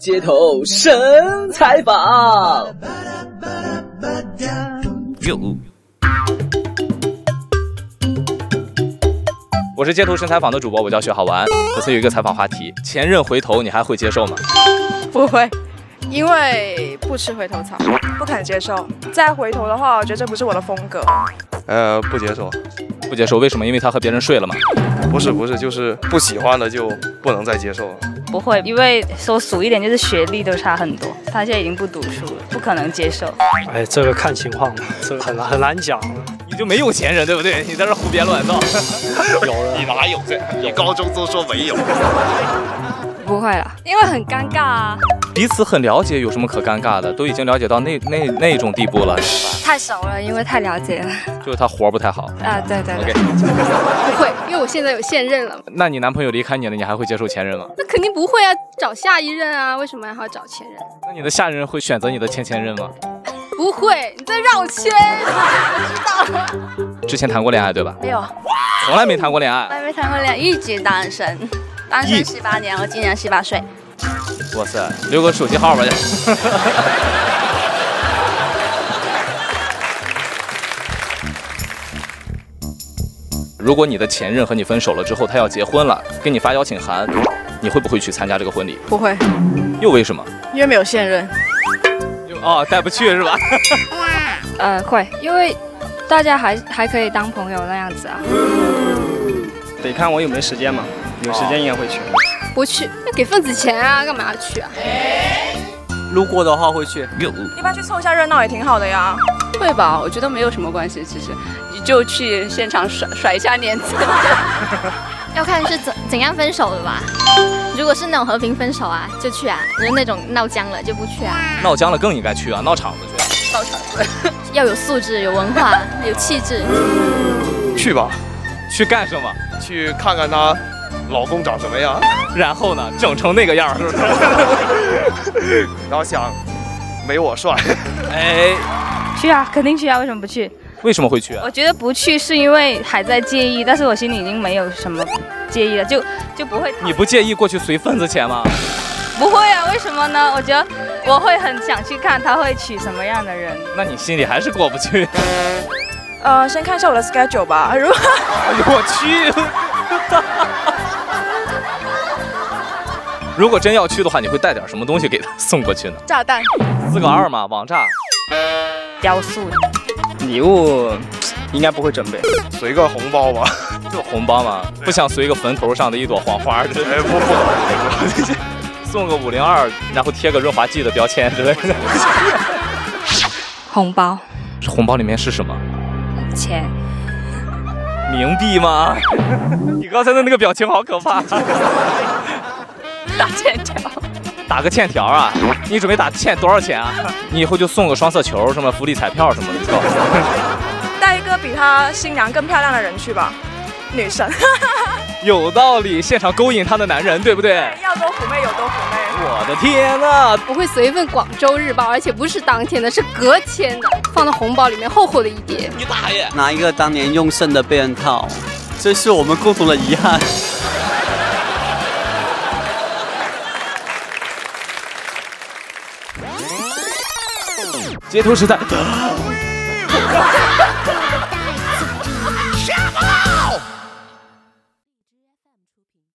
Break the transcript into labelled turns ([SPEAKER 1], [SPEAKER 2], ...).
[SPEAKER 1] 街头神采访。我是街头神采访的主播，我叫薛好玩。本次有一个采访话题：前任回头，你还会接受吗？
[SPEAKER 2] 不会，因为不吃回头草，不肯接受。再回头的话，我觉得这不是我的风格。
[SPEAKER 3] 呃，不接受，
[SPEAKER 1] 不接受，为什么？因为他和别人睡了嘛。
[SPEAKER 3] 不是不是，就是不喜欢的就不能再接受了。
[SPEAKER 4] 不会，因为说俗一点就是学历都差很多，他现在已经不读书了，不可能接受。
[SPEAKER 5] 哎，这个看情况吧，这个很难很难讲。
[SPEAKER 1] 你就没有前任，对不对？你在这胡编乱造。
[SPEAKER 5] 有人
[SPEAKER 3] 哪有这？你高中都说没有。
[SPEAKER 2] 不会啦，
[SPEAKER 4] 因为很尴尬啊，
[SPEAKER 1] 彼此很了解，有什么可尴尬的？都已经了解到那那那种地步了，
[SPEAKER 4] 太熟了，因为太了解了
[SPEAKER 1] 就是他活儿不太好。
[SPEAKER 4] 啊，对对
[SPEAKER 1] OK，
[SPEAKER 6] 不会，因为我现在有现任了，
[SPEAKER 1] 那你男朋友离开你了，你还会接受前任吗？
[SPEAKER 6] 那肯定不会啊，找下一任啊，为什么还要找前任？
[SPEAKER 1] 那你的下任会选择你的前前任吗？
[SPEAKER 6] 不会，你在绕圈。
[SPEAKER 1] 之前谈过恋爱对吧？
[SPEAKER 4] 没有，
[SPEAKER 1] 从来没谈过恋爱。
[SPEAKER 4] 还没谈过恋爱，一直单身，单
[SPEAKER 1] 一
[SPEAKER 4] 身十八年，我今年十八岁。
[SPEAKER 1] 哇塞，留个手机号吧。 如果你的前任和你分手了之后，他要结婚了，给你发邀请函，你会不会去参加这个婚礼？
[SPEAKER 2] 不会，
[SPEAKER 1] 又为什么？
[SPEAKER 2] 因为没有现任。
[SPEAKER 1] 又哦，带不去是吧？
[SPEAKER 7] 呃，会，因为大家还还可以当朋友那样子啊。
[SPEAKER 8] 得看我有没有时间嘛，有时间应该会去。
[SPEAKER 6] 不去，那给份子钱啊，干嘛去啊？
[SPEAKER 9] 路过的话会去，
[SPEAKER 2] 一般去凑一下热闹也挺好的呀。
[SPEAKER 4] 会吧？我觉得没有什么关系，其实你就去现场甩甩一下脸子。
[SPEAKER 10] 要看是怎怎样分手的吧。如果是那种和平分手啊，就去啊；如果那种闹僵了就不去啊。
[SPEAKER 1] 闹僵了更应该去啊，闹场子去。
[SPEAKER 10] 要有素质、有文化、有气质。
[SPEAKER 3] 去吧，
[SPEAKER 1] 去干什么？
[SPEAKER 3] 去看看她老公长什么样，
[SPEAKER 1] 然后呢？整成那个样儿，是不是？
[SPEAKER 3] 然后想没我帅。
[SPEAKER 1] 哎，
[SPEAKER 4] 去啊，肯定去啊，为什么不去？
[SPEAKER 1] 为什么会去啊？
[SPEAKER 4] 我觉得不去是因为还在介意，但是我心里已经没有什么介意了，就就不会。
[SPEAKER 1] 你不介意过去随份子钱吗？
[SPEAKER 4] 不会啊？为什么呢？我觉得我会很想去看他会娶什么样的人。
[SPEAKER 1] 那你心里还是过不去。
[SPEAKER 2] 呃，先看一下我的 schedule 吧。如果
[SPEAKER 1] 哎呦我去！ 如果真要去的话，你会带点什么东西给他送过去呢？
[SPEAKER 2] 炸弹，
[SPEAKER 1] 四个二嘛，网炸。
[SPEAKER 4] 雕塑
[SPEAKER 8] 礼物应该不会准备，
[SPEAKER 3] 随个红包吧，
[SPEAKER 1] 就红包嘛，不想随个坟头上的一朵黄花，
[SPEAKER 3] 哎不不好，
[SPEAKER 1] 送个五零二，然后贴个润滑剂的标签之类的。
[SPEAKER 7] 红包、
[SPEAKER 1] 红包里面是什么？
[SPEAKER 7] 钱，
[SPEAKER 1] 冥币吗？ 你刚才的那个表情好可怕！
[SPEAKER 4] 打欠条，
[SPEAKER 1] 打个欠条啊？你准备打欠多少钱啊？你以后就送个双色球，什么福利彩票什么的就够了。
[SPEAKER 2] 带一个比他新娘更漂亮的人去吧，女神。
[SPEAKER 1] 有道理，现场勾引他的男人，对不对？
[SPEAKER 2] 要多妩媚有多妩媚。
[SPEAKER 1] 我的天啊呐！
[SPEAKER 6] 我会随份广州日报，而且不是当天的，是隔天的，放到红包里面，厚厚的一叠。
[SPEAKER 1] 你大爷！
[SPEAKER 9] 拿一个当年用剩的避孕套，这是我们共同的遗憾。
[SPEAKER 1] 街头时代，